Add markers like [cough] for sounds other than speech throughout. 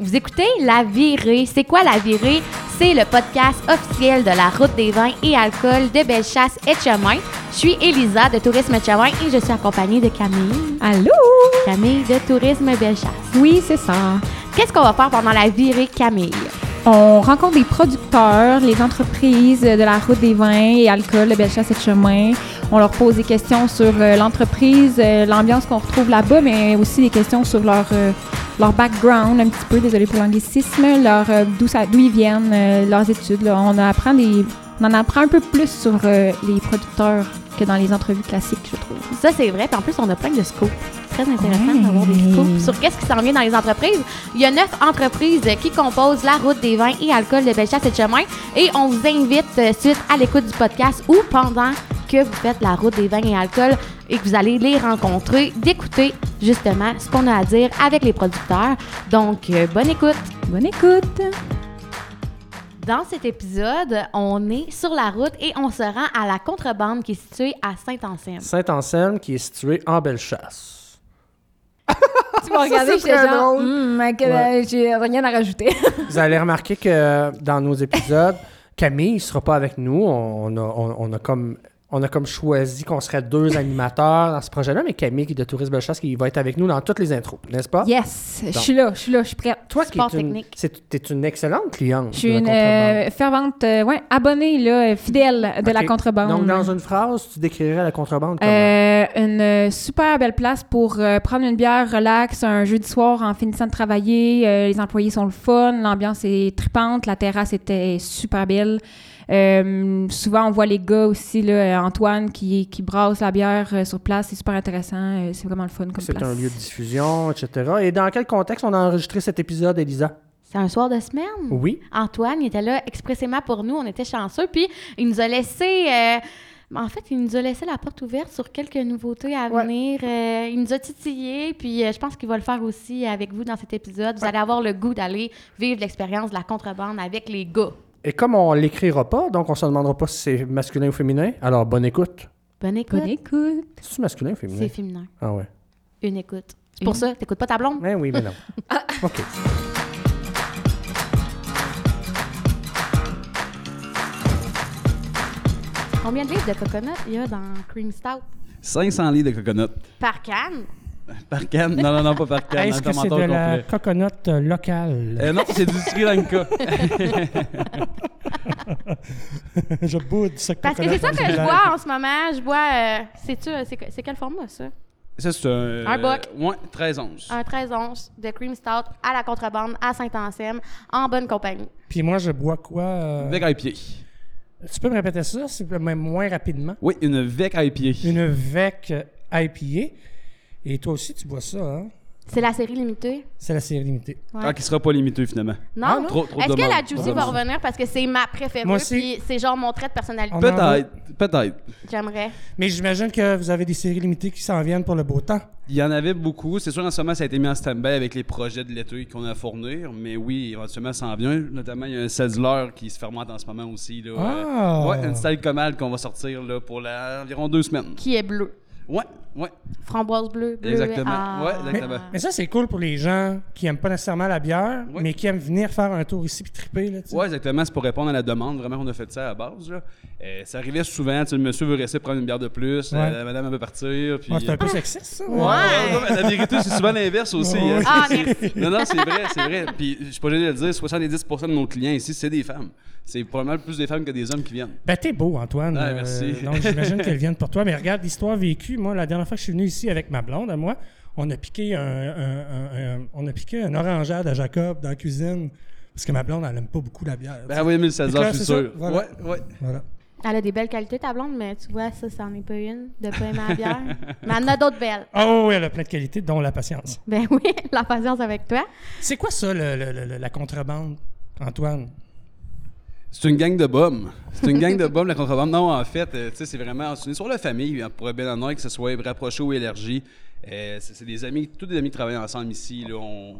Vous écoutez La Virée. C'est quoi La Virée? C'est le podcast officiel de la route des vins et alcool de Bellechasse et de Chemin. Je suis Elisa de Tourisme Chemin et je suis accompagnée de Camille. Allô? Camille de Tourisme Bellechasse. Oui, c'est ça. Qu'est-ce qu'on va faire pendant la virée, Camille? On rencontre des producteurs, les entreprises de la route des vins et alcool de Bellechasse et de Chemin. On leur pose des questions sur euh, l'entreprise, euh, l'ambiance qu'on retrouve là-bas, mais aussi des questions sur leur, euh, leur background, un petit peu, désolé pour l'anglicisme, leur, euh, d'où, ça- d'où ils viennent, euh, leurs études. là. On, apprend des, on en apprend un peu plus sur euh, les producteurs que dans les entrevues classiques, je trouve. Ça, c'est vrai. Puis en plus, on a plein de scoops. Très intéressant Ouais. d'avoir des scoops sur qu'est-ce qui s'en vient dans les entreprises. Il y a neuf entreprises euh, qui composent la route des vins et alcool de Bellechasse et de Chemin. Et on vous invite euh, suite à l'écoute du podcast ou pendant que vous faites la route des vins et alcool et que vous allez les rencontrer, d'écouter justement ce qu'on a à dire avec les producteurs. Donc, euh, bonne écoute! Bonne écoute! Dans cet épisode, on est sur la route et on se rend à la contrebande qui est située à Saint-Anselme. Saint-Anselme qui est situé en Bellechasse. Tu m'as regardé, c'est j'étais très genre, drôle. Ouais. hmm, j'ai rien à rajouter. Vous allez remarquer que dans nos épisodes, Camille ne sera pas avec nous. On a, on- on a comme, on a comme choisi qu'on serait deux animateurs dans ce projet-là, mais Camille qui est de Tourisme Bellechasse qui va être avec nous dans toutes les intros, n'est-ce pas? Yes, je suis là, je suis là, je suis prête. Toi qui Support es une, technique. c'est- t'es une excellente cliente. Je suis de la une contrebande. euh, fervente euh, ouais, abonnée, là, euh, fidèle de la Ok. contrebande. Donc, dans une phrase, tu décrirais la contrebande comme... Euh, une euh, super belle place pour euh, prendre une bière relax un jeudi soir en finissant de travailler. Euh, les employés sont le fun, l'ambiance est tripante, la terrasse était super belle. Euh, souvent, on voit les gars aussi, là, euh, Antoine qui, qui brasse la bière euh, sur place. C'est super intéressant. euh, c'est vraiment le fun comme c'est place. un lieu de diffusion, etc. Et dans quel contexte on a enregistré cet épisode, Elisa? C'est un soir de semaine. Oui. Antoine, il était là expressément pour nous, on était chanceux, puis il nous a laissé... euh, en fait, il nous a laissé la porte ouverte sur quelques nouveautés à Ouais. venir. Euh, il nous a titillé, puis euh, je pense qu'il va le faire aussi avec vous dans cet épisode. Vous allez avoir le goût d'aller vivre l'expérience de la contrebande avec les gars. Et comme on l'écrira pas, donc on se demandera pas si c'est masculin ou féminin, alors bonne écoute. Bonne écoute. Bonne écoute. C'est masculin ou féminin? C'est féminin. Ah ouais. Une écoute. C'est pour Une. ça, t'écoutes pas ta blonde? Ben oui, [laughs] mais non. Ah. OK. Combien de livres de coconut il y a dans Cream Stout? 500 litres de coconut. Par canne? Par canne? Non, non, non, pas par canne. Est-ce que c'est de Menton la complet. coconut euh, locale? [laughs] Euh, non, c'est du [laughs] Sri Lanka. je boude ce Parce que c'est ça que je bois en ce moment. Je bois... euh, C'est-tu- c'est que- c'est quel format, ça? Ça, c'est un. euh, Un boc. Ouais, 13 onces. un 13 onces de cream stout à la contrebande à Saint-Anselme en bonne compagnie. Puis moi, je bois quoi? euh, Vec IPA. Tu peux me répéter ça, c'est même moins rapidement. Oui, une Vec IPA. Une VEC IPA. Et toi aussi, tu bois ça, hein? C'est la série limitée? C'est la série limitée. Ah, qui sera pas limitée finalement. Non? Ah, non. Hein? Trop- trop de Est-ce que demandes. la Trop Juicy de va demandes. revenir parce que c'est ma préférée? Moi aussi. Puis c'est genre mon trait de personnalité. On en Peut-être, peut-être. J'aimerais. Mais j'imagine que vous avez des séries limitées qui s'en viennent pour le beau temps. Il y en avait beaucoup. C'est sûr, en ce moment, ça a été mis en stand-by avec les projets de l'été qu'on a à fournir. Mais oui, éventuellement, ça en vient. Notamment, il y a un Sadular qui se fermente en ce moment aussi. Là, Ah! Euh, ouais, une style comale qu'on va sortir là, pour la- environ deux semaines. Qui est bleu. Ouais, ouais, Framboise bleue, bleue. exactement. ah. Ouais, exactement. Mais ça, c'est cool pour les gens qui aiment pas nécessairement la bière, Oui. mais qui aiment venir faire un tour ici puis triper. Là, tu sais. Oui, exactement. C'est pour répondre à la demande. Vraiment, on a fait ça à la base. Là. Euh, ça arrivait souvent. tu sais, Le monsieur veut rester prendre une bière de plus. la- Ouais. La, madame elle veut partir. Puis... euh, Ah, c'est un peu sexiste, ça. [laughs] Ouais, ouais, ouais, la vérité, c'est souvent l'inverse aussi. hein. Ah, merci. [laughs] Non, non, c'est vrai, c'est vrai. Puis, je suis pas gêné de le dire, 70 de nos clients ici, c'est des femmes. C'est probablement plus des femmes que des hommes qui viennent. Ben, t'es beau, Antoine. Ah, merci. [laughs] donc, j'imagine qu'elles viennent pour toi. Mais regarde l'histoire vécue. Moi, la dernière fois que je suis venu ici avec ma blonde, à moi, on a piqué un, un- un- un- on a piqué un orangeade à Jacob dans la cuisine. Parce que ma blonde, elle aime pas beaucoup la bière. Ben oui, 1700, Éclair, je suis c'est ça, sûr. voilà. Ouais, ouais. Voilà. Elle a des belles qualités, ta blonde, mais tu vois, ça, ça en est pas une de pas aimer la [laughs] bière. mais elle en a d'autres belles. Oh oui, elle a plein de qualités, dont la patience. Ben oui, [laughs] la patience avec toi. C'est quoi ça, le- le- le- la contrebande, Antoine? C'est une gang de bombes. C'est une gang de bombes, la contrebande. Non, en fait, euh, tu sais, c'est vraiment. C'est une histoire de famille, hein, pour être bien honnête, que ce soit rapproché ou élargi. Euh, c'est c'est des amis, tous des amis qui travaillent ensemble ici. Là, on,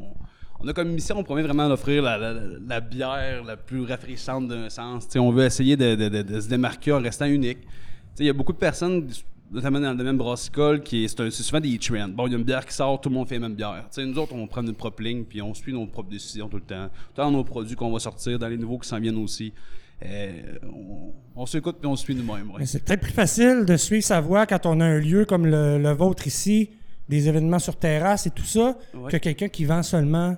on a comme mission, on promet vraiment d'offrir la, la- la bière la plus rafraîchissante d'un sens. Tu sais, on veut essayer de, de- de- de se démarquer en restant unique. Tu sais, Il y a beaucoup de personnes notamment dans le domaine brassicole, qui est, c'est, un- c'est souvent des trends. Bon, il y a une bière qui sort, tout le monde fait la même bière. Tu sais, nous autres, on prend notre propre ligne, puis on suit nos propres décisions tout le temps. Tant nos produits qu'on va sortir, dans les nouveaux qui s'en viennent aussi. Euh, on, on s'écoute, puis on suit nous-mêmes. ouais. Mais c'est peut-être plus facile de suivre sa voie quand on a un lieu comme le, le vôtre ici, des événements sur terrasse et tout ça, Ouais. que quelqu'un qui vend seulement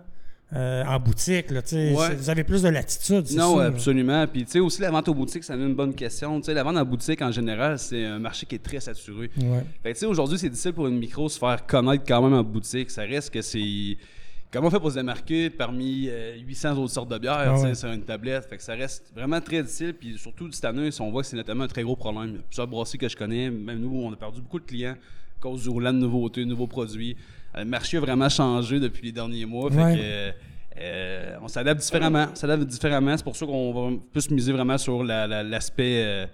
euh, en boutique. Là, tu sais. Ouais. C'est- Vous avez plus de latitude, c'est Non, sûr, là. absolument. Puis, tu sais, aussi, la vente aux boutiques, ça devient une bonne question. Tu sais, la vente en boutique, en général, c'est un marché qui est très saturé. Ouais. Fait que, tu sais, aujourd'hui, c'est difficile pour une micro se faire connaître quand même en boutique. Ça reste que c'est. Comment on fait pour se démarquer parmi euh, 800 autres sortes de bières Ah tu sais, ouais. sur une tablette? Fait que ça reste vraiment très difficile. Puis surtout, cette année, on voit que c'est notamment un très gros problème. Il y a Plusieurs brasseries que je connais, même nous, on a perdu beaucoup de clients à cause du roulant de nouveautés, de nouveaux produits. Euh, Le marché a vraiment changé depuis les derniers mois. Fait Ouais. que, euh, euh, on s'adapte différemment. On s'adapte différemment. C'est pour ça qu'on va plus miser vraiment sur la- la- l'aspect. euh,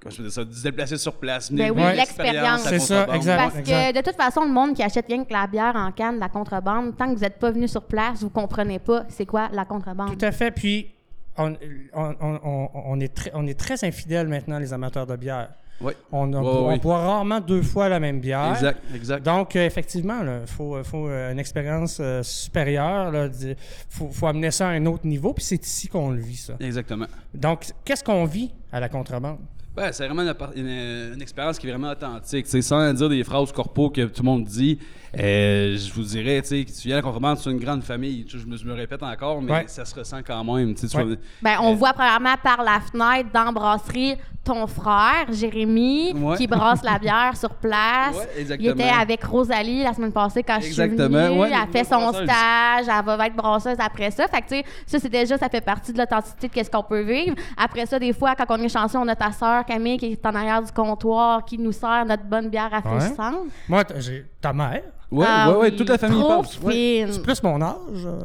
comment je peux dire ça? Se déplacer sur place. venir Ben vivre oui, l'expérience. la C'est ça, contrebande. exact. Parce que de toute façon, le monde qui achète rien que la bière en canne, la contrebande, tant que vous n'êtes pas venu sur place, vous comprenez pas c'est quoi la contrebande. Tout à fait. Puis, on, on- on- on- on est très, on est très infidèles maintenant, les amateurs de bière. Ouais. On, on Ouais, boit- ouais. on boit rarement deux fois la même bière. Exact, exact. Donc, euh, effectivement, il faut, euh, faut, euh, une expérience euh, supérieure. Il faut, faut amener ça à un autre niveau. Puis c'est ici qu'on le vit, ça. Exactement. Donc, qu'est-ce qu'on vit à la contrebande? Ouais, c'est vraiment une, appar- une- une expérience qui est vraiment authentique. tu sais, sans dire des phrases corpo que tout le monde dit, euh, je vous dirais tu sais, que tu viens à la contrebande, c'est une grande famille. Tu sais, Je me, je me répète encore, mais Ouais. ça se ressent quand même. tu sais, tu Ouais. vois- Ben, on voit premièrement par la fenêtre dans la brasserie ton frère, Jérémy, Ouais. qui brasse [laughs] la bière sur place. Ouais, Ah, Il exactement. était avec Rosalie la semaine passée quand je suis Exactement, venue. ouais, elle fait une son brasseuse. stage, elle va être brasseuse après ça. Fait que, tu sais, ça, c'est déjà, ça fait partie de l'authenticité de qu'est-ce qu'on peut vivre. Après ça, des fois, quand on est chanceux, on a ta sœur Camille qui est en arrière du comptoir, qui nous sert notre bonne bière rafraîchissante. Moi, t- j'ai ta mère. Ouais, Ah ouais, ouais, oui, toute la famille trop pense. Ouais. fine. C'est plus mon âge. euh,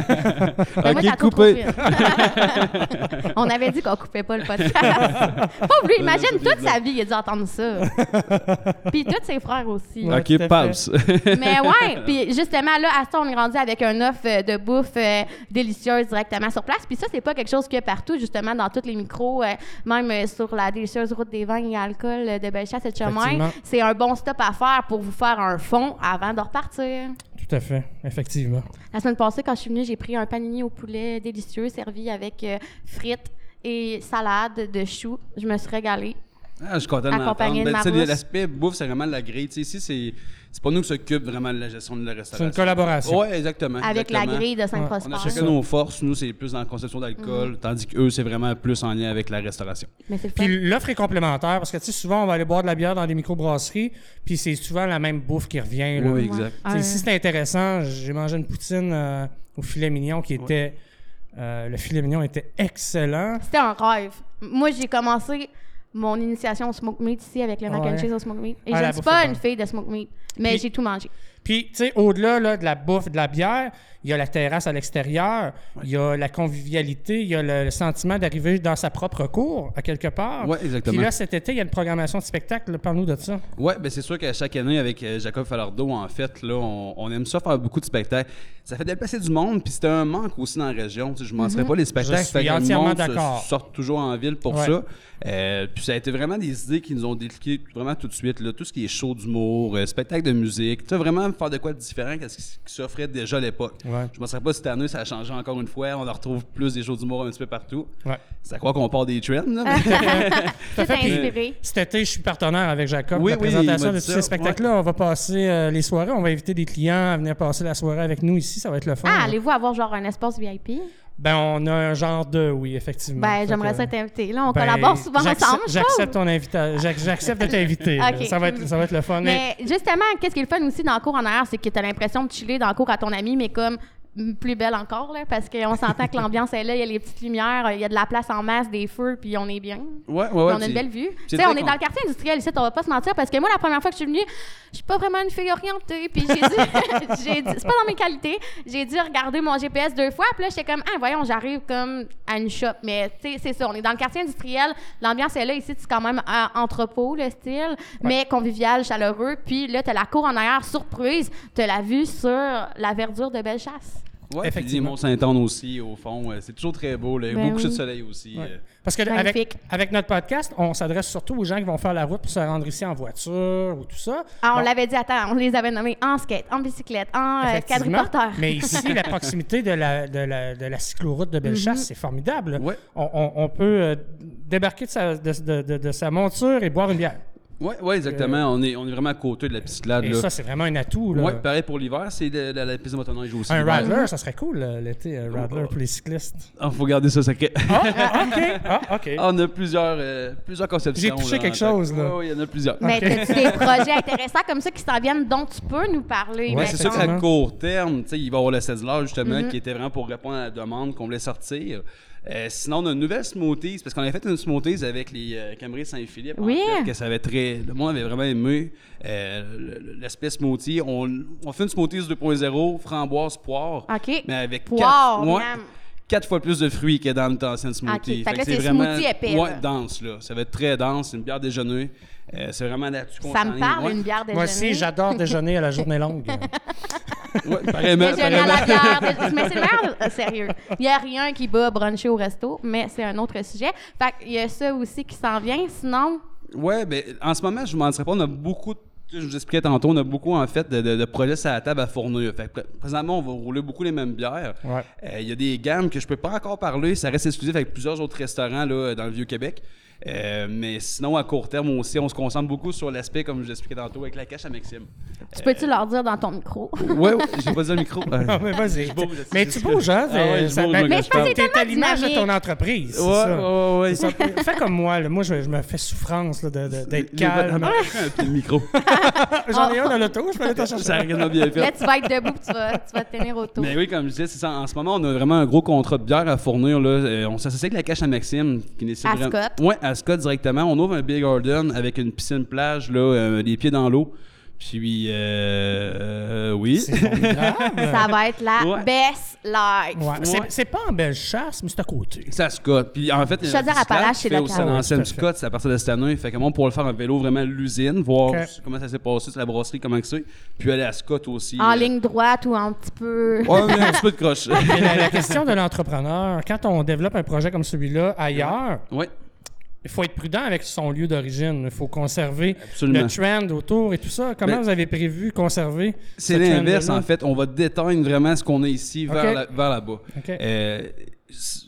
Ben, moi, Ok, je la trouve coupé. trop [laughs] fine. On avait dit qu'on coupait pas le podcast. Pauvre lui, imagine toute sa vie, il a dû entendre [laughs] ça. Puis tous ses frères aussi. Ouais, tout à fait. ok, passe. Mais ouais, puis justement, là, à ça, on est rendu avec un offre euh, de bouffe euh, délicieuse directement sur place. Puis ça, c'est pas quelque chose qu'il y a partout, justement, dans tous les micros, euh, même euh, sur la délicieuse route des vins et alcool euh, de Bellechasse et de Chemin. Effectivement. C'est un bon stop à faire pour vous faire un fond avant de repartir. [laughs] Tout à fait, effectivement. La semaine passée, quand je suis venue, j'ai pris un panini au poulet délicieux servi avec euh, frites et salade de choux. Je me suis régalée. Ah, je suis content de l'entendre. Accompagné de Ben, tu sais, Marousse. L'aspect bouffe, c'est vraiment la grille. Tu sais, Ici, c'est c'est pas nous qui s'occupe vraiment de la gestion de la C'est restauration. une collaboration. Ouais, exactement. Avec la exactement. grille de On a Saint-Prosper. chacun nos forces. Nous, c'est plus dans la conception d'alcool, Mm. tandis qu'eux, c'est vraiment plus en lien avec la restauration. Mais c'est le fun. Puis l'offre est complémentaire parce que, tu sais, souvent, on va aller boire de la bière dans des microbrasseries, puis c'est souvent la même bouffe qui revient. là. Oui, exact. Tu sais, Si c'est intéressant, j'ai mangé une poutine euh, au filet mignon qui était. euh, le filet mignon était excellent. C'était un rêve. Moi, j'ai commencé mon initiation au smoke meat ici avec le mac and Ouais. cheese au smoke meat. Et Ah, je la ne suis bouffe pas est une bonne. fille de smoke meat, mais Puis- j'ai tout mangé. Puis, tu sais, au-delà là, de la bouffe, de la bière, il y a la terrasse à l'extérieur, il y a la convivialité, il y a le, le sentiment d'arriver dans sa propre cour, à quelque part. Ouais, exactement. Puis là, cet été, il y a une programmation de spectacle. là. Parle-nous de ça. Oui, ben c'est sûr qu'à chaque année, avec euh, Jacob Falardeau, en fait, là, on, on aime ça faire beaucoup de spectacles. Ça fait déplacer du monde, puis c'était un manque aussi dans la région. Tu sais, je ne m'en serais pas les spectacles. Mhm. Je suis fait que le entièrement monde se- d'accord. sortent toujours en ville pour Ouais. ça. Euh, puis ça a été vraiment des idées qui nous ont décliqué vraiment tout de suite. Là, tout ce qui est show d'humour, euh, spectacle de musique, tu sais, vraiment faire de quoi de différent que ce qui- qui s'offrait déjà à l'époque. Ouais. Je ne penserais pas cette année, ça a changé encore une fois. On en retrouve plus des shows d'humour un petit peu partout. Ouais. Ça croit qu'on part des trends, là, mais- [laughs] [laughs] Tout fait, puis- inspiré. Cet été, je suis partenaire avec Jacob. pour Oui, la oui, il présentation m'a de dit tous ça, ces spectacles-là, on va passer euh, les soirées. On va inviter des clients à venir passer la soirée avec nous ici. Ça va être le fun. Ah, là. allez-vous avoir genre un espace VIP? Ben, on a un genre de oui, effectivement. Ben, Fait j'aimerais que, ça t'inviter. Là, on ben, collabore souvent j'accep- ensemble, je trouve. J'accepte ton invitation. J'accepte de t'inviter. [laughs] là. Ok. ça, va être, ça va être le fun. Mais justement, qu'est-ce qui est le fun aussi dans le cours en arrière, c'est que tu as l'impression de chiller dans le cours à ton ami, mais comme mm, plus belle encore, là, parce qu'on s'entend que l'ambiance est là, il y a les petites lumières, il y a de la place en masse, des feux, puis on est bien. Ouais, ouais, ouais, on a puis- une belle vue. Tu c'est sais, vrai on est qu'on- dans le quartier industriel ici, on va pas se mentir, parce que moi, la première fois que je suis venue, je suis pas vraiment une fille orientée, puis j'ai dit, [laughs] j'ai dit- c'est pas dans mes qualités, j'ai dû regarder mon GPS deux fois, puis là, j'étais comme, ah, voyons, j'arrive comme à une shop, mais tu sais, c'est ça, on est dans le quartier industriel, l'ambiance est là, ici, c'est quand même un entrepôt, le style, mais convivial, chaleureux, puis là, t'as la cour en arrière surprise, t'as la vue sur la verdure de Bellechasse. Ouais, puis Effectivement. mont Saint-Anne aussi, au fond. euh, C'est toujours très beau. Là. Il y a Ben beaucoup de oui. soleil aussi. Ouais. euh. Parce que Magnifique. avec, avec notre podcast, on s'adresse surtout aux gens qui vont faire la route pour se rendre ici en voiture ou tout ça. Ah, on Bon, l'avait dit, attends, on les avait nommés en skate, en bicyclette, en euh, effectivement. quadriporteur. Mais ici, la proximité de la, de la, de la cycloroute de Mhm. Bellechasse, c'est formidable. Ouais. On, on- on peut euh, débarquer de sa, de, de- de- de sa monture et boire une bière. Ouais, ouais, exactement. On, est, on est vraiment à côté de la piste Ah, là. Euh, Et ça, c'est vraiment un atout. Là. Ouais, pareil pour l'hiver, c'est de- la, la piste de motoneige aussi. un l'hiver. Radler, ça serait cool euh, l'été, Oh, un Radler pour [laughs] les cyclistes. Ah, faut garder ça secret. Ah, ah, OK. Ah, OK. Ah, [laughs] on a plusieurs, euh, plusieurs conceptions. J'ai touché là, en quelque tête. chose, là. Ouais, ouais, il y en a plusieurs. Mais t'as-tu des projets intéressants comme ça qui s'en viennent dont tu peux nous parler? Ouais, Ben, mais c'est ça. sûr mettons? qu'à court terme, tu sais, il va y avoir le 16 justement, Mm-hmm. qui était vraiment pour répondre à la demande qu'on voulait sortir. Euh, sinon, on a une nouvelle smoothies, parce qu'on avait fait une smoothies avec les euh, Camry Saint-Philippe. en Oui. fait, que ça avait très, le monde avait vraiment aimé euh, le- le- l'aspect smoothie. On, on fait une smoothies 2.0, framboise, poire. OK. Mais avec Poire, quatre, ouais, miam. quatre fois plus de fruits que dans notre ancienne smoothie. OK. Fait que là, c'est c'est smoothie épais, Ouais, là. dense, là. Ça va être très dense, une bière déjeuner. Euh, c'est vraiment là-dessus qu'on Ça s'enligne. me parle, Ouais. une bière déjeuner. Moi aussi, j'adore déjeuner à la [laughs] journée longue. Ouais, pareillement, Déjeuner à pareillement. la bière. déjeuner- Mais c'est le meilleur, euh, sérieux. Il n'y a rien qui bat bruncher au resto, mais c'est un autre sujet. Fait qu'il y a ça aussi qui s'en vient. Sinon, Ouais, ben, en ce moment, je vous mentirais pas, on a beaucoup, de- je vous expliquais tantôt, on a beaucoup, en fait, de, de- de projets à la table à fournir. Fait que pr- présentement, on va rouler beaucoup les mêmes bières. Euh, Il Ouais. y a des gammes que je peux pas encore parler, ça reste exclusif avec plusieurs autres restaurants, là, dans le Vieux-Québec. Euh, mais sinon, à court terme aussi, on se concentre beaucoup sur l'aspect, comme je vous expliquais tantôt, avec la cache à Maxime. tu Euh, peux-tu leur dire dans ton [laughs] micro? Ouais, ouais, j'ai pas dit le micro. [laughs] Euh, Ah, mais vas-y. bouge, je- Mais tu bouges, hein? Ah ouais, je ça- bouge, ben- moi, Mais quand je je pensais parle. tellement T'es à l'image de ton dynamique. entreprise. c'est Ouais, ça. ouais, ouais, C'est ça. Fais comme moi, là. moi je, je me fais souffrance là, de- de- d'être Ah, [laughs] calme. Ah, Un le micro. J'en ai un dans l'auto, je peux aller t'en chercher. Ah! Ça a rien de bien fait. Là, tu vas être debout puis tu vas, tu vas te tenir autour. Mais oui, comme je disais, c'est ça. En ce moment, on a vraiment un gros contrat de bière à fournir. Là. Euh, on s'associe avec la cache à Maxime. Qui nécessite À vraiment- Scott. Ouais, à Scott directement. On ouvre un Big Garden avec une piscine-plage, là, euh, les pieds dans l'eau. Puis, euh, euh, oui. Ça va être la Ouais. best life. Ouais. C'est- Ouais. C'est pas en belle chasse, mais c'est à côté. [laughs] C'est à Scott. Puis en fait, Chaudière-Appalaches, c'est la local. aussi l'ancienne du Scott, c'est à partir de cette année. Fait que moi, on pourrait le faire un vélo vraiment à l'usine, voir Ok. comment ça s'est passé sur la brasserie, comment que c'est. Puis aller à Scott aussi. En euh, ligne droite ou en petit peu. Ouais, mais un petit peu [laughs] de croche. Et la, la question de l'entrepreneur, quand on développe un projet comme celui-là ailleurs, ouais. il faut être prudent avec son lieu d'origine. Il faut conserver Absolument. Ben le trend autour et tout ça. Comment Mais- vous avez prévu conserver C'est ce l'inverse, trend-là? en fait. On va déteindre vraiment ce qu'on a ici vers, Ok. la- vers là-bas. Ok. Euh, c-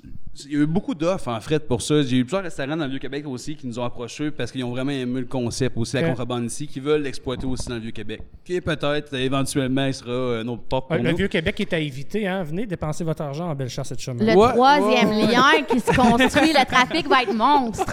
il y a eu beaucoup d'offres, en fait, pour ça. J'ai eu plusieurs restaurants dans le Vieux-Québec aussi qui nous ont approchés parce qu'ils ont vraiment aimé le concept aussi, la Ok. contrebande ici, qui veulent l'exploiter aussi dans le Vieux-Québec. Qui peut-être, euh, éventuellement, il sera euh, notre porte pour Ouais, Le nous. Vieux-Québec est à éviter. Hein? Venez dépenser votre argent en belle chasse et de chemin. Le Ouais, troisième ouais, ouais. lien qui se construit, le trafic va être [laughs] monstre.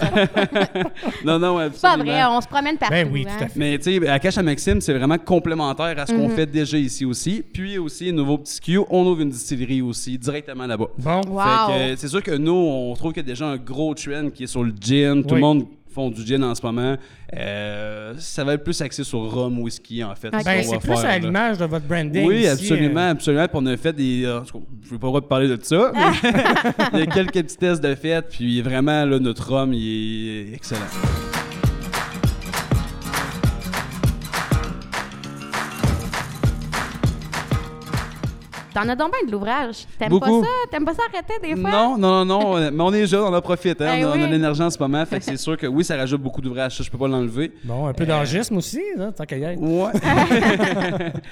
Non, non, C'est pas absolument. vrai, on se promène partout. Ben oui, tout à hein. fait. Mais tu sais, à Cache à Maxime, c'est vraiment complémentaire à ce Mhm. qu'on fait déjà ici aussi. Puis aussi, nouveau petit Q, on ouvre une distillerie aussi, directement là-bas. Bon, Wow. Fait que, euh, c'est sûr que nous, on trouve qu'il y a déjà un gros trend qui est sur le gin. Tout Oui. le monde font du gin en ce moment. Euh, ça va être plus axé sur rhum, whisky, en fait. Ben, qu'on ben, va c'est plus faire, là. à l'image de votre branding. Oui, ici, absolument, euh. absolument. Puis on a fait des. euh, en tout cas, je ne veux pas parler de ça, mais [laughs] il y [laughs] a quelques petits tests de fête. Puis vraiment, là, notre rhum, il est excellent. T'en as donc bien de l'ouvrage. T'aimes pas Beaucoup. ça? T'aimes pas ça arrêter des fois? Non, non, non, non. euh, mais on est jeune, on en profite. hein, Ben on, a, on a oui. l'énergie en ce moment. Fait que c'est sûr que oui, ça rajoute beaucoup d'ouvrages. Ça, je peux pas l'enlever. Bon, un Euh, peu d'orgisme aussi, là, tant qu'à y être. Ouais.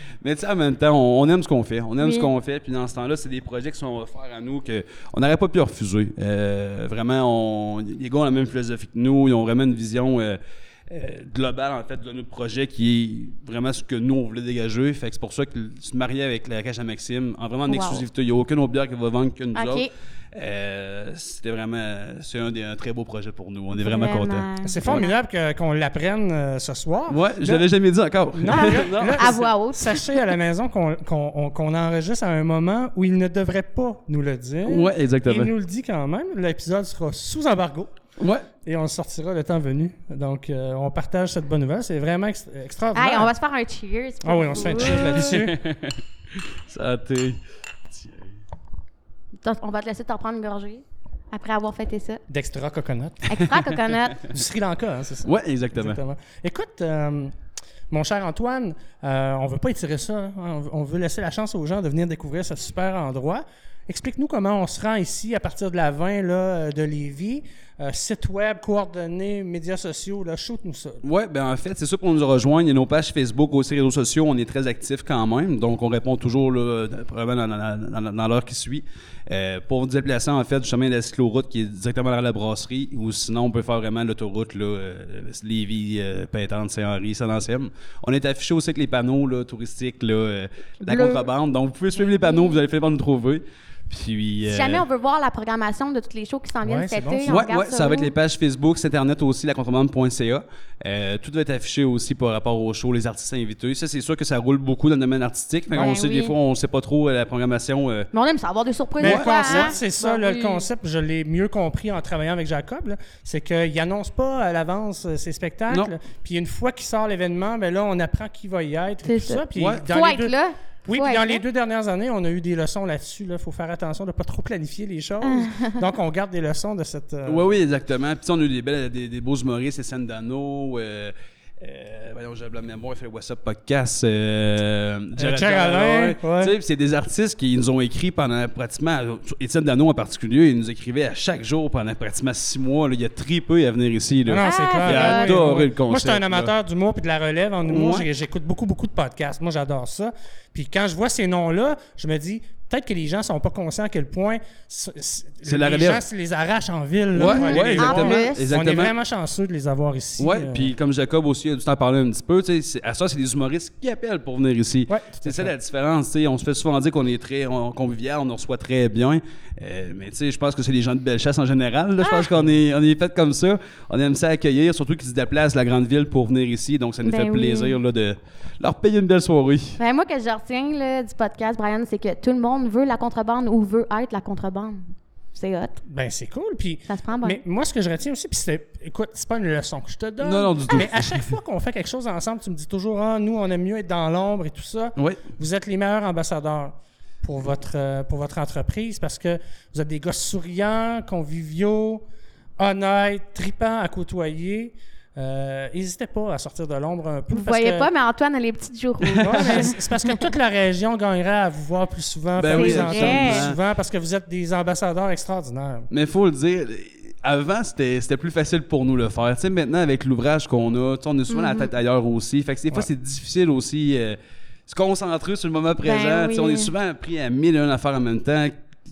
[laughs] Mais tu sais, en même temps, on, on aime ce qu'on fait. On aime Oui. ce qu'on fait. Puis dans ce temps-là, c'est des projets qui sont offerts à nous qu'on n'aurait pas pu refuser. Euh, vraiment, on- les gars ont la même philosophie que nous. Ils ont vraiment une vision euh, euh, globale, en fait, de notre projet qui est vraiment ce que nous, on voulait dégager. Fait que c'est pour ça que se marier avec la cache à Maxime, en vraiment en Wow. exclusivité, il n'y a aucune autre bière qui va vendre que nous Ok. autres. Euh, C'était vraiment... C'est un, des- un très beau projet pour nous. On est vraiment, contents. C'est formidable que- qu'on l'apprenne euh, ce soir. Ouais, je l'avais jamais dit encore. Non, là- là, Ah, À voix haute. Sachez à la maison qu'on qu'on- on- qu'on enregistre à un moment où il ne devrait pas nous le dire. Ouais, Il exactement. nous le dit quand même. L'épisode sera sous embargo Ouais. et on le sortira le temps venu. Donc, euh, on partage cette bonne nouvelle. C'est vraiment ex- extraordinaire. Hey, on va se faire un cheers. Ah oui, on se fait un cheers là-dessus. Santé. Donc, on va te laisser t'en prendre une gorgée après avoir fêté ça. D'extra coconut. [laughs] Extra coconut. Du Sri Lanka, hein, c'est ça? Ouais, exactement. Écoute, euh, Mon cher Antoine, euh, on veut pas étirer ça. hein. On veut- On veut laisser la chance aux gens de venir découvrir ce super endroit. Explique-nous comment on se rend ici à partir de la 20 là, euh, de Lévis. Euh, site web, coordonnées, médias sociaux, là, shoot-nous ça. Oui, ben en fait, c'est sûr qu'on nous rejoigne. Il y a nos pages Facebook, aussi réseaux sociaux, on est très actifs quand même. Donc, on répond toujours là, dans- probablement dans, dans- dans- dans l'heure qui suit. Euh, pour vous déplacer, en fait, du chemin de la cycloroute qui est directement derrière la brasserie, ou sinon, on peut faire vraiment l'autoroute, là, euh, Lévis, euh, Pintante, Saint-Henri, saint anselme On est affiché aussi avec les panneaux là, touristiques, là, euh, la Bleu. contrebande. Donc, vous pouvez suivre les panneaux, vous allez finir par nous trouver. Puis, Si euh, jamais on veut voir la programmation de toutes les shows qui s'en viennent Ouais, c'est cet bon, été, ça. on Ouais, regarde ouais, ça va être les pages Facebook, c'est Internet aussi, la contrebande.ca. Euh, tout va être affiché aussi par rapport aux shows, les artistes invités. Ça, c'est sûr que ça roule beaucoup dans le domaine artistique. Fait qu'on Ben sait, oui. des fois, on ne sait pas trop euh, la programmation. euh, Mais on aime ça, avoir des surprises. Mais des le fois, concept, hein? c'est ça, Ben là, oui. le concept, je l'ai mieux compris en travaillant avec Jacob, là, c'est qu'il n'annonce pas à l'avance euh, ses spectacles. Non. Puis une fois qu'il sort l'événement, ben là, on apprend qui va y être. C'est et tout ça. ça. Puis Ouais. dans Faut les être deux- là. Oui, Faut puis dans être les là. deux dernières années, on a eu des leçons là-dessus. Il faut faire attention de ne pas trop planifier les choses. Donc, on garde des leçons de cette. euh, Oui, oui, exactement. Puis, tu sais, on a eu des, belles, des, des beaux humoristes, c'est Sandano. Euh, euh, voyons, j'ai la mémoire, il fait le WhatsApp Podcast. Euh, Jared Jared Allen, Allen. ouais. Tu sais, puis c'est des artistes qui nous ont écrit pendant pratiquement. Étienne Dano en particulier, il nous écrivait à chaque jour pendant pratiquement six mois. là. il y a très peu à venir ici. là. Non, non, c'est Ah, clair. il a Ouais, adoré ouais. le concept, Moi, j'étais un là. amateur d'humour puis de la relève en humour. Ouais. J'ai- J'écoute beaucoup, beaucoup de podcasts. Moi, j'adore ça. Puis quand je vois ces noms-là, je me dis peut-être que les gens sont pas conscients à quel point c- c- C'est la les relève. gens se les arrachent en ville. là, Ouais, pour aller ouais, les voir. En exactement. plus. On est exactement. vraiment chanceux de les avoir ici. Oui, euh. puis comme Jacob aussi a dû t'en parler un petit peu, tu sais, c'est- à ça, c'est des humoristes qui appellent pour venir ici. Ouais, tout à c'est ça fait. la différence. tu sais, On se fait souvent dire qu'on est très on- convivial, on nous reçoit très bien. euh, mais tu sais, je pense que c'est les gens de Bellechasse en général. là. Je Ah! pense qu'on est, on est fait comme ça. On aime ça accueillir, surtout qu'ils se déplacent de la grande ville pour venir ici. Donc, ça nous Ben fait oui. plaisir là, de leur payer une belle soirée. Ben, moi, que je retiens là, du podcast, Brian, c'est que tout le monde veut la contrebande ou veut être la contrebande. C'est hot. Ben, c'est cool. Puis, Ça se prend bien. mais moi, ce que je retiens aussi, puis c'est, écoute, c'est pas une leçon que je te donne. Non, non, du tout. Mais à chaque fois qu'on fait quelque chose ensemble, tu me dis toujours, ah, nous, on aime mieux être dans l'ombre et tout ça. Oui. Vous êtes les meilleurs ambassadeurs pour votre, euh, pour votre entreprise parce que vous êtes des gars souriants, conviviaux, honnêtes, tripants à côtoyer. Euh, N'hésitez pas à sortir de l'ombre un peu. Vous parce voyez que- pas, mais Antoine a les petites joues rouges. Ouais, mais c'est c'est parce que toute la région gagnerait à vous voir plus souvent, Ben plus oui, vous entendre exactement. plus souvent, parce que vous êtes des ambassadeurs extraordinaires. Mais faut le dire, avant, c'était c'était plus facile pour nous le faire. Tu sais, maintenant, avec l'ouvrage qu'on a, tu sais, on est souvent Mm-hmm. la tête ailleurs aussi. Fait que des fois, Ouais. c'est difficile aussi euh, se concentrer sur le moment présent. Tu sais, Ben oui. On est souvent pris à mille et une affaires en même temps.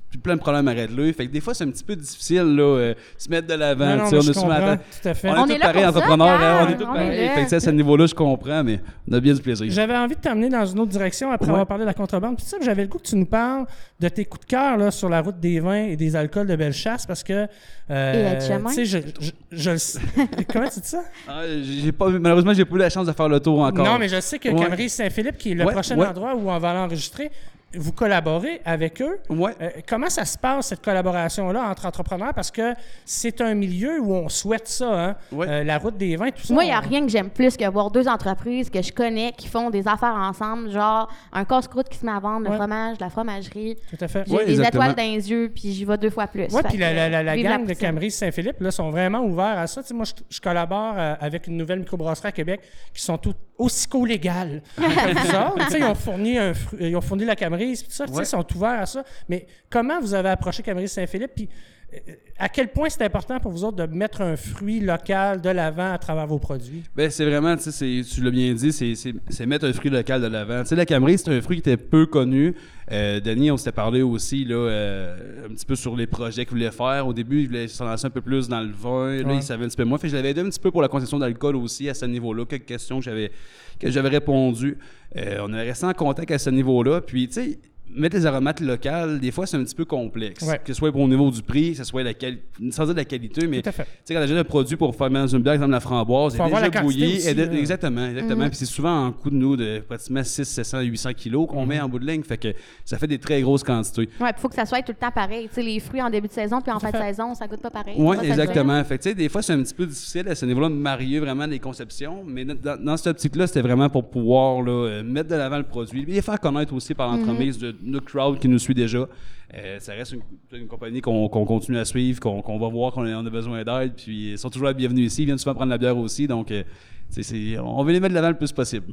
puis plein de problèmes à régler. Fait que des fois, c'est un petit peu difficile, là, euh, se mettre de l'avant. Non, tu non, sais, mais je est souvent comprends, à- tout à fait. On est, On est tous là pareils pour ça, entrepreneurs. Pierre, hein, on est tous on est pareils. là. Fait que, tu sais, à ce niveau-là, je comprends, mais on a bien du plaisir. J'avais envie de t'amener dans une autre direction après avoir parlé de la contrebande. Puis ça, j'avais le goût que tu nous parles de tes coups de cœur là, sur la route des vins et des alcools de Bellechasse parce que. Et Euh, la Chemin. tu sais, je, je, je le sais- [laughs] Comment tu dis ça? Ah, j'ai pas, malheureusement, j'ai pas eu la chance de faire le tour encore. Non, mais je sais que Ouais. Camry Saint-Philippe, qui est le Ouais, prochain ouais. endroit où on va l'enregistrer, vous collaborez avec eux. Ouais. Euh, comment ça se passe, cette collaboration-là entre entrepreneurs? Parce que c'est un milieu où on souhaite ça, hein? Ouais. Euh, la route des vins, tout ça. Moi, il n'y a on- rien que j'aime plus que voir deux entreprises que je connais qui font des affaires ensemble, genre un casse-croûte qui se met à vendre, le Ouais. fromage, la fromagerie. Tout à fait. J'ai Ouais, des exactement. étoiles dans les yeux, puis j'y vais deux fois plus. Oui, Fait puis la, que, la, la, la vive gang de poutine. Camry Saint-Philippe là, sont vraiment ouverts à ça. Tu sais, moi, je, je collabore euh, avec une nouvelle microbrasserie à Québec qui sont tout, aussi co-légales que vous autres. Tu sais, Ils ont fourni, un, fru- euh, ils ont fourni la Camry, puis tout ça, tu sais, Ouais. ils sont ouverts à ça. Mais comment vous avez approché Camry Saint-Philippe? Puis euh, à quel point c'est important pour vous autres de mettre un fruit local de l'avant à travers vos produits? Ben, c'est vraiment, tu sais, c'est- tu l'as bien dit, c'est- c'est c'est mettre un fruit local de l'avant. Tu sais, la Camerie, c'est un fruit qui était peu connu. Euh, Denis, on s'était parlé aussi, là, euh, un petit peu sur les projets qu'il voulait faire. Au début, il voulait se lancer un peu plus dans le vin. Là, il savait un petit peu moins. Fait que je l'avais aidé un petit peu pour la concession d'alcool aussi, à ce niveau-là. Quelques questions que j'avais que j'avais répondu. Euh, on est resté en contact à ce niveau-là. Puis, tu sais, mettre les aromates locales, des fois, c'est un petit peu complexe. Ouais. Que ce soit au niveau du prix, que ce soit la qualité, sans dire la qualité, mais Tout à fait. tu sais, quand j'ai un produit pour faire dans une bière, exemple la framboise, Faut elle est avoir déjà la quantité bouillie. aussi, elle est- là. Mm. exactement, exactement. Puis c'est souvent en coup de nous de pratiquement 600, 700, 800 kilos qu'on Mm. met en bout de ligne. Fait que ça fait des très grosses quantités. Ouais, puis faut que ça soit tout le temps pareil. Tu sais, les fruits en début de saison, puis en fin de saison, ça goûte pas pareil. Oui, Ça, ça exactement. Fait que, tu sais, des fois, c'est un petit peu difficile à ce niveau-là de marier vraiment les conceptions, mais dans- dans, dans cette optique-là, c'était vraiment pour pouvoir là, euh, mettre de l'avant le produit et faire connaître aussi par l'entremise de notre crowd qui nous suit déjà. Euh, ça reste une, une compagnie qu'on qu'on continue à suivre, qu'on qu'on va voir qu'on a on a besoin d'aide, puis ils sont toujours la bienvenue ici. Ils viennent souvent prendre la bière aussi, donc euh, c'est- c'est- on veut les mettre de l'avant le plus possible.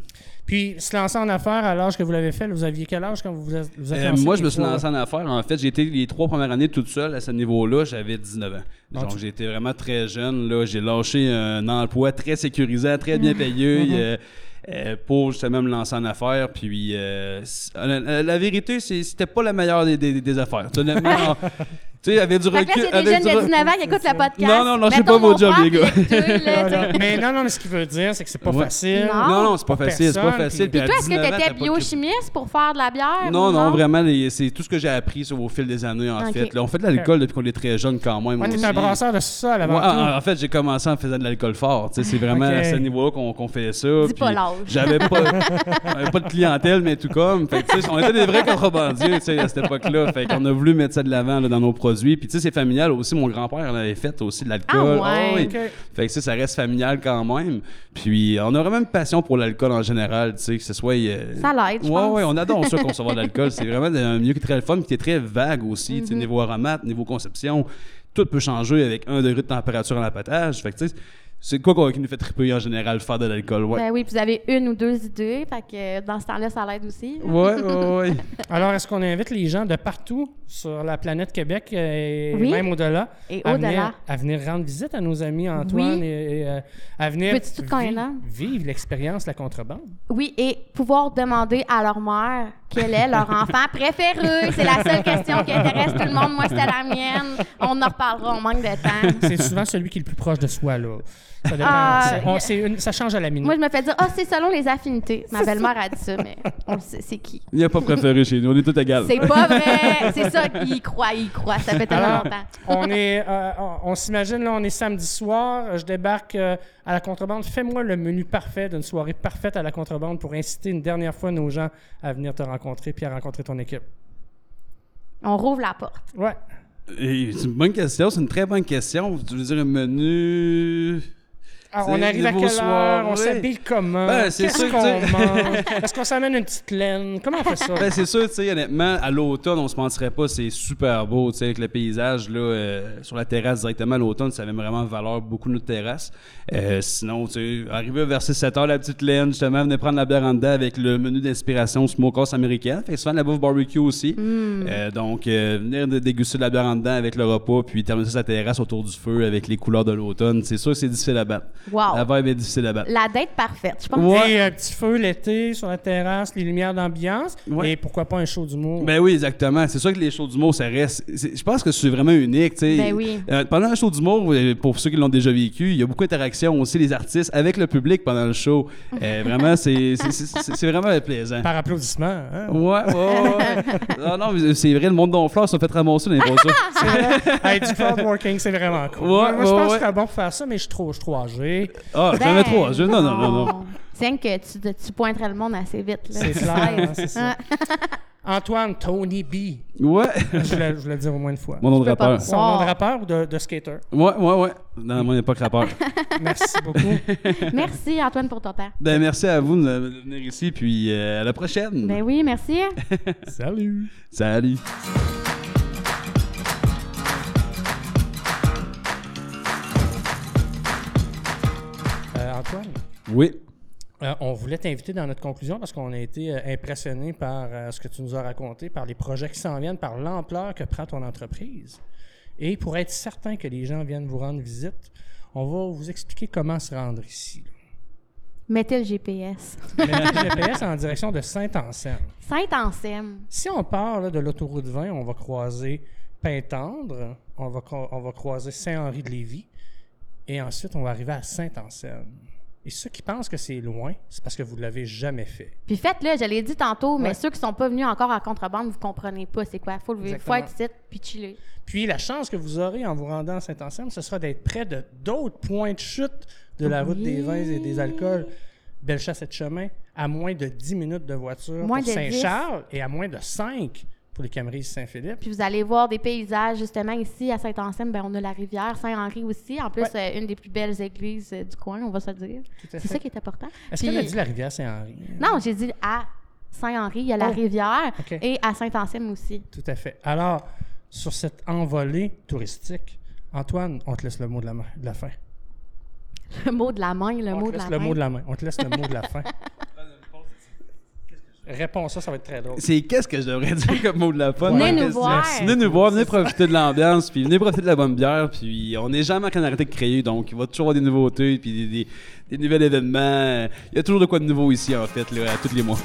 Puis, se lancer en affaires à l'âge que vous l'avez fait, là, vous aviez quel âge quand vous vous êtes vous êtes Euh, lancé moi, je les me suis trois, lancé en affaires. En fait, j'ai été les trois premières années toute seule à ce niveau-là. J'avais 19 ans. Ah, Donc, j'ai été vraiment très jeune. Là, j'ai lâché un emploi très sécurisé, très bien [laughs] payé. Mhm. euh, euh, pour justement me lancer en affaires. Puis euh, c- euh, la, la vérité, c'est- c'était pas la meilleure des, des- des affaires. Tu sais, [laughs] honnêtement, on- tu sais, avec du Fait recul. que là, c'est des avec jeunes du de re- 19 ans qui écoutent le podcast. Non, non, non, je sais Mettons pas vos mon jobs, frère, les gars. puis toi, [laughs] là, tu là. sais. Non, non, mais non, non, mais ce qu'il veut dire, c'est que c'est pas Ouais. facile. Non. Non, non, c'est pas Pas facile. C'est pas personne, facile. puis- Puis à Toi, est-ce 19 ans, que t'as t'étais pas de- biochimiste pour faire de la bière? Non, ou non, vraiment, les- c'est tout ce que j'ai appris sur, au fil des années, en Ok. fait. Là, on fait de l'alcool depuis qu'on est très jeune, quand même. On est aussi. un brasseur de sous-sol avant Moi, tout. en, en fait, j'ai commencé en faisant de l'alcool fort. tu sais, C'est vraiment Ok. à ce niveau-là qu'on qu'on fait ça. Dis pas puis l'âge. [laughs] J'avais pas, j'avais pas de clientèle, mais tout comme. Fait que, tu sais, on était des vrais contrebandiers tu sais, à cette époque-là. Fait qu'on a voulu mettre ça de l'avant là, dans nos produits. Puis, tu sais, c'est familial aussi. Mon grand-père là, avait fait aussi de l'alcool. Ah ouais. oui. Ok. Fait que ça, ça reste familial quand même. Puis, on a vraiment une passion pour l'alcool en général, tu sais, que ce soit... euh, Ça l'aide, je Ouais, pense. ouais, on adore [laughs] ça, concevoir de l'alcool. C'est vraiment un milieu qui est très le fun, qui est très vague aussi, tu sais, Mhm. niveau aromate, niveau conception. Tout peut changer avec un degré de température à l'appâtage. Fait que, tu sais, c'est quoi qu'on- qui nous fait triper en général, faire de l'alcool, ouais. Ben oui, puis vous avez une ou deux idées, fait que euh, dans ce temps-là, ça l'aide aussi. Ouais, ouais, ouais. [laughs] Alors, est-ce qu'on invite les gens de partout sur la planète Québec euh, et Oui. même au-delà Et à au-delà. venir- à venir rendre visite à nos amis Antoine Oui. et, et, euh, à venir Veux-tu tout hein? qu'on est là? vivre l'expérience de la contrebande? Oui, et pouvoir demander à leur mère quel est leur enfant préféré. C'est la seule question qui intéresse tout le monde. Moi, c'était la mienne. On en reparlera, on manque de temps. C'est souvent celui qui est le plus proche de soi, là. Ça, dépend. Ah, C'est- on- c'est une- ça change à la minute. Moi, je me fais dire, ah, c'est selon les affinités. Ma belle-mère a dit ça, mais on le sait, c'est qui? Il n'y a pas préféré chez nous, on est tous égales. [laughs] C'est pas vrai! C'est ça, il y croit, il y croit. Ça fait tellement Ah. Alors, longtemps. on est, euh, on- on s'imagine, là, on est samedi soir, je débarque euh, à la contrebande. Fais-moi le menu parfait d'une soirée parfaite à la contrebande pour inciter une dernière fois nos gens à venir te rencontrer puis à rencontrer ton équipe. On rouvre la porte. Ouais. Et C'est une bonne question, c'est une très bonne question. Tu veux dire un menu... Alors, C'est Ah, on arrive à niveau quelle heure? soirée. On s'habille comment? Ben, c'est Qu'est-ce sûr que qu'on tu- mange? Est-ce qu'on s'amène une petite laine? Comment on fait ça? Ben, c'est sûr, tu sais, honnêtement, à l'automne, on se mentirait pas, c'est super beau, tu sais, avec le paysage, là, euh, sur la terrasse directement à l'automne, ça avait vraiment valeur beaucoup notre terrasse. Euh, sinon, tu sais, arrivé vers 7 h la petite laine, justement, venez prendre la bière en dedans avec le menu d'inspiration smokehouse américain. Fait souvent de la bouffe barbecue aussi. Euh, donc, euh, venir de- déguster de la bière en dedans avec le repas, puis terminer ça sur la terrasse autour du feu avec les couleurs de l'automne. C'est sûr que c'est difficile à battre. Wow. La vibe est difficile à battre. La date parfaite, je pense. Ah, Ouais. Et un petit feu l'été sur la terrasse, les lumières d'ambiance Ouais. et pourquoi pas un show d'humour. Ben oui, exactement. C'est sûr que les shows d'humour, ça reste. c'est- Je pense que c'est vraiment unique. tu sais. Ben oui. Euh, pendant un show d'humour, euh, pour ceux qui l'ont déjà vécu, il y a beaucoup d'interactions aussi des artistes avec le public pendant le show. [laughs] Euh, vraiment, c'est c'est- c'est- c'est vraiment plaisant. Par applaudissement. hein? Ouais, ouais, ouais. Non, non, mais c'est vrai, le monde d'Onfleur s'est fait ramasser dans les brossures. [laughs] Hey, du crowd working, c'est vraiment cool. Ouais, Moi, moi, je ouais, pense ouais. que c'est bon pour faire ça, mais je suis trop, je suis trop âgé. Ah, j'en ai trois. Je... Non, non, non, non. Ben, C'est rien que tu, tu pointerais le monde assez vite. là. C'est clair, hein, c'est ça. [laughs] Antoine Tony B. Ouais. Je voulais, je voulais le dire au moins une fois. Mon nom de peux pas rappeur. Son Wow. nom de rappeur ou de, de skater? [laughs] Ouais, ouais, ouais. Non, moi, il n'y a pas que rappeur. Merci beaucoup. Merci, Antoine, pour ton temps. Ben, merci à vous de de venir ici, puis euh, à la prochaine. Ben oui, merci. Salut. Salut. Euh, Antoine, Oui. euh, on voulait t'inviter dans notre conclusion parce qu'on a été euh, impressionnés par euh, ce que tu nous as raconté, par les projets qui s'en viennent, par l'ampleur que prend ton entreprise. Et pour être certain que les gens viennent vous rendre visite, on va vous expliquer comment se rendre ici. Mettez le GPS. Mettez le GPS en direction de Saint-Anselme. Saint-Anselme. Si on part là, de l'autoroute 20, on va croiser Pintendre, on va, cro- on va croiser Saint-Henri-de-Lévis, et ensuite on va arriver à Saint-Anselme. Et ceux qui pensent que c'est loin, c'est parce que vous ne l'avez jamais fait. Puis faites-le, je l'ai dit tantôt, mais Ouais. ceux qui sont pas venus encore à contrebande, vous comprenez pas c'est quoi. Faut lever, faut Exactement. être ici, puis chiller. Puis la chance que vous aurez en vous rendant à Saint-Anselme, ce sera d'être près de d'autres points de chute de la route des vins et des alcools. Bellechasse et de chemin, à moins de 10 minutes de voiture Moins pour de 10. Saint-Charles et à moins de 5 pour les Camerises Saint-Philippe. Puis vous allez voir des paysages, justement, ici, à Saint-Anselme, ben, on a la rivière Saint-Henri aussi. En plus, euh, une des plus belles églises euh, du coin, on va se le dire. à C'est fait. ça qui est important. Est-ce Puis- qu'elle a dit la rivière Saint-Henri? Non, j'ai dit à Saint-Henri, il y a la Oh. rivière, OK. et à Saint-Anselme aussi. [laughs] Tout à fait. Alors, sur cette envolée touristique, Antoine, on te laisse le mot de la, ma- de la fin. Le mot de la main, le On mot te de la laisse le main. mot de la main. On te laisse le mot de la fin. Réponds ça, ça va être très drôle. C'est qu'est-ce que je devrais [laughs] dire comme mot de la fin? Venez Bonne nous question. voir. Venez nous voir, venez profiter de l'ambiance, puis venez profiter de la bonne bière, puis on n'est jamais en train d'arrêter de créer, donc il va toujours y avoir des nouveautés, puis des, des- des nouveaux événements. Il y a toujours de quoi de nouveau ici, en fait, là, à tous les mois.